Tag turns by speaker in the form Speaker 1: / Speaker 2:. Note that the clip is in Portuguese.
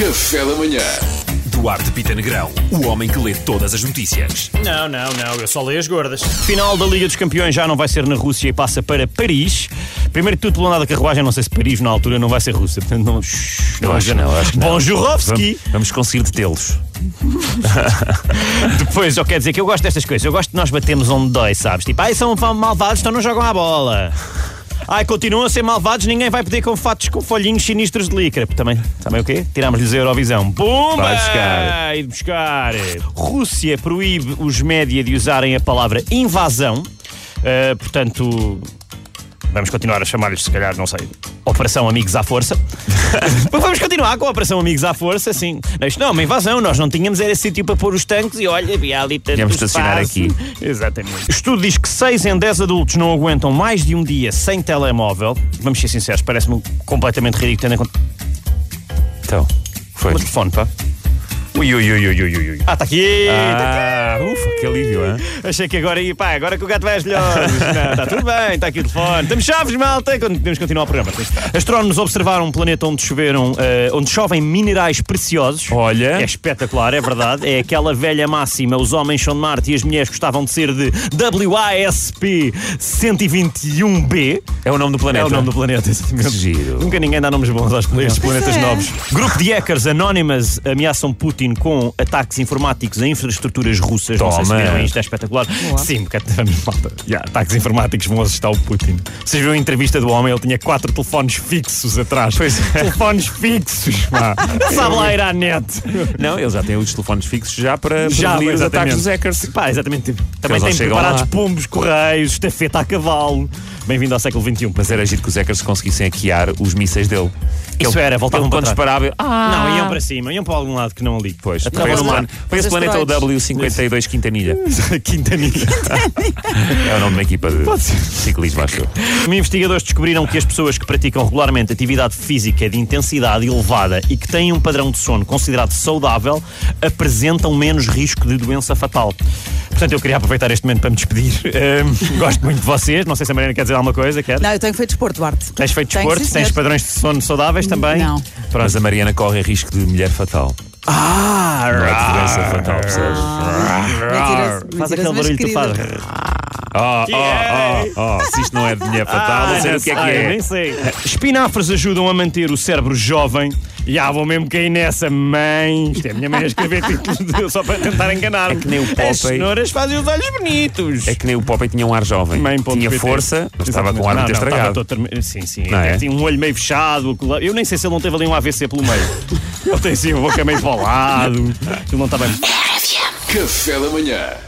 Speaker 1: Café da manhã.
Speaker 2: Duarte Pita Negrão, o homem que lê todas as notícias.
Speaker 3: Não, não, não, eu só leio as gordas. Final da Liga dos Campeões já não vai ser na Rússia e passa para Paris. Primeiro de tudo, pelo andar da carruagem, não sei se Paris na altura não vai ser russa, portanto não. Shhh,
Speaker 2: acho
Speaker 3: dizer
Speaker 2: que não, acho que não.
Speaker 3: Bom Jurovski!
Speaker 2: Vamos, vamos conseguir detê-los.
Speaker 3: Depois, eu quero dizer É que eu gosto destas coisas, eu gosto de nós batemos onde dói, sabes? Tipo, ai, são malvados, então não jogam à bola. Ai, continuam a ser malvados, ninguém vai poder com fatos com folhinhos sinistros de licra. Também, também o quê? Tirámos-lhes a Eurovisão. Pumba!
Speaker 2: Vai buscar.
Speaker 3: Ir buscar. Rússia proíbe os média de usarem a palavra invasão. Uh, portanto, vamos continuar a chamar-lhes, se calhar, não sei, Operação Amigos à Força. Mas vamos continuar com a Operação Amigos à Força, sim. Não, Isto não é uma invasão, nós não tínhamos era sítio para pôr os tanques e olha, havia ali tanto
Speaker 2: Viemos estacionar
Speaker 3: espaço.
Speaker 2: aqui.
Speaker 3: Exatamente. Estudo diz que 6 em 10 adultos não aguentam mais de um dia sem telemóvel. Vamos ser sinceros, parece-me completamente ridículo tendo em conta
Speaker 2: Então, foi.
Speaker 3: o telefone, pá.
Speaker 2: Ui, ui, ui, ui, ui, ui, ui.
Speaker 3: Ah, está aqui! tá aqui.
Speaker 2: Ah, ufa, que alívio, hein?
Speaker 3: Achei que agora ia, pá, agora que o gato vai às melhores. Não, está tudo bem, está aqui o telefone. Estamos chaves, malta. Quando podemos continuar o programa. assim Astrónomos observaram um planeta onde choveram, eh, onde chovem minerais preciosos.
Speaker 2: Olha.
Speaker 3: É espetacular, é verdade. É aquela velha máxima. Os homens são de Marte e as mulheres gostavam de ser de WASP 121b.
Speaker 2: É o nome do planeta.
Speaker 3: É o nome do planeta, exatamente.
Speaker 2: Giro.
Speaker 3: Nunca ninguém dá nomes bons aos planetas, planetas novos. Grupo de hackers anónimas ameaçam Putin com ataques informáticos a infraestruturas russas. Não sei se
Speaker 2: Toma.
Speaker 3: viram isto, é espetacular. Sim, porque é malta. já, ataques informáticos vão assustar o Putin. Vocês viram a entrevista do homem, ele tinha quatro telefones fixos atrás. Pois
Speaker 2: é.
Speaker 3: Telefones fixos, pá. Sabe lá ir à net.
Speaker 2: Não, eles já têm os telefones fixos já para
Speaker 3: Já,
Speaker 2: prevenir os
Speaker 3: exatamente.
Speaker 2: ataques dos hackers.
Speaker 3: Pá, exatamente. Também
Speaker 2: eles
Speaker 3: tem
Speaker 2: chegam
Speaker 3: preparados
Speaker 2: lá.
Speaker 3: pombos, correios, estafeta a cavalo. Bem-vindo ao século um, XXI.
Speaker 2: Mas era giro que os hackers conseguissem hackear os mísseis dele. é
Speaker 3: Isso
Speaker 2: Ele-
Speaker 3: era, voltavam
Speaker 2: ele
Speaker 3: para
Speaker 2: quando
Speaker 3: trás.
Speaker 2: disparava. ele- Ah,
Speaker 3: Não, iam para cima, iam para algum lado que não ali.
Speaker 2: Pois,
Speaker 3: Até
Speaker 2: foi,
Speaker 3: lá.
Speaker 2: esse plan- foi esse planeta o W52 Quintanilha.
Speaker 3: Quintanilha.
Speaker 2: É o nome da equipa de ciclismo, acho eu.
Speaker 3: Investigadores descobriram que as pessoas que praticam regularmente atividade física de intensidade elevada e que têm um padrão de sono considerado saudável apresentam menos risco de doença fatal. Portanto, eu queria aproveitar este momento para me despedir. Ahm, gosto muito de vocês. Não sei se a Mariana quer dizer alguma coisa. Quer?
Speaker 4: Não, eu tenho feito desporto, Duarte.
Speaker 3: Tens feito
Speaker 4: Tenho,
Speaker 3: desporto?
Speaker 4: sim,
Speaker 3: Tens
Speaker 4: senhor.
Speaker 3: padrões de sono saudáveis também?
Speaker 4: Não.
Speaker 2: Mas a Mariana corre risco de mulher fatal.
Speaker 3: Ah,
Speaker 2: Não é de doença fatal, percebes?
Speaker 4: Mentiras,
Speaker 3: Faz
Speaker 4: mentiras,
Speaker 3: aquele
Speaker 4: mas
Speaker 3: barulho que tu
Speaker 4: querida.
Speaker 3: fazes.
Speaker 2: Oh,
Speaker 3: Que
Speaker 2: oh, oh, oh, se isto não é de mulher fatal,
Speaker 3: Ah,
Speaker 2: não sei
Speaker 3: não
Speaker 2: o que é
Speaker 3: sei,
Speaker 2: que
Speaker 3: nem
Speaker 2: é.
Speaker 3: sei. Espinafres ajudam a manter o cérebro jovem. E ah, vou mesmo cair nessa mãe. Isto é a minha mãe a escrever títulos de- só para tentar enganar-me.
Speaker 2: É que nem o
Speaker 3: As
Speaker 2: Popeye.
Speaker 3: cenouras fazem os olhos bonitos.
Speaker 2: É que nem o Popeye tinha um ar jovem.
Speaker 3: Mãe.pt.
Speaker 2: Tinha força, mas estava com o ar
Speaker 3: Não,
Speaker 2: muito
Speaker 3: não, estava
Speaker 2: estragado.
Speaker 3: todo termi- Sim, sim.
Speaker 2: Não é?
Speaker 3: Tinha um olho meio fechado. o colar- Eu nem sei se ele não teve ali um AVC pelo meio. ele tem assim a boca meio para o lado. Ele não está bem.
Speaker 1: Café da manhã.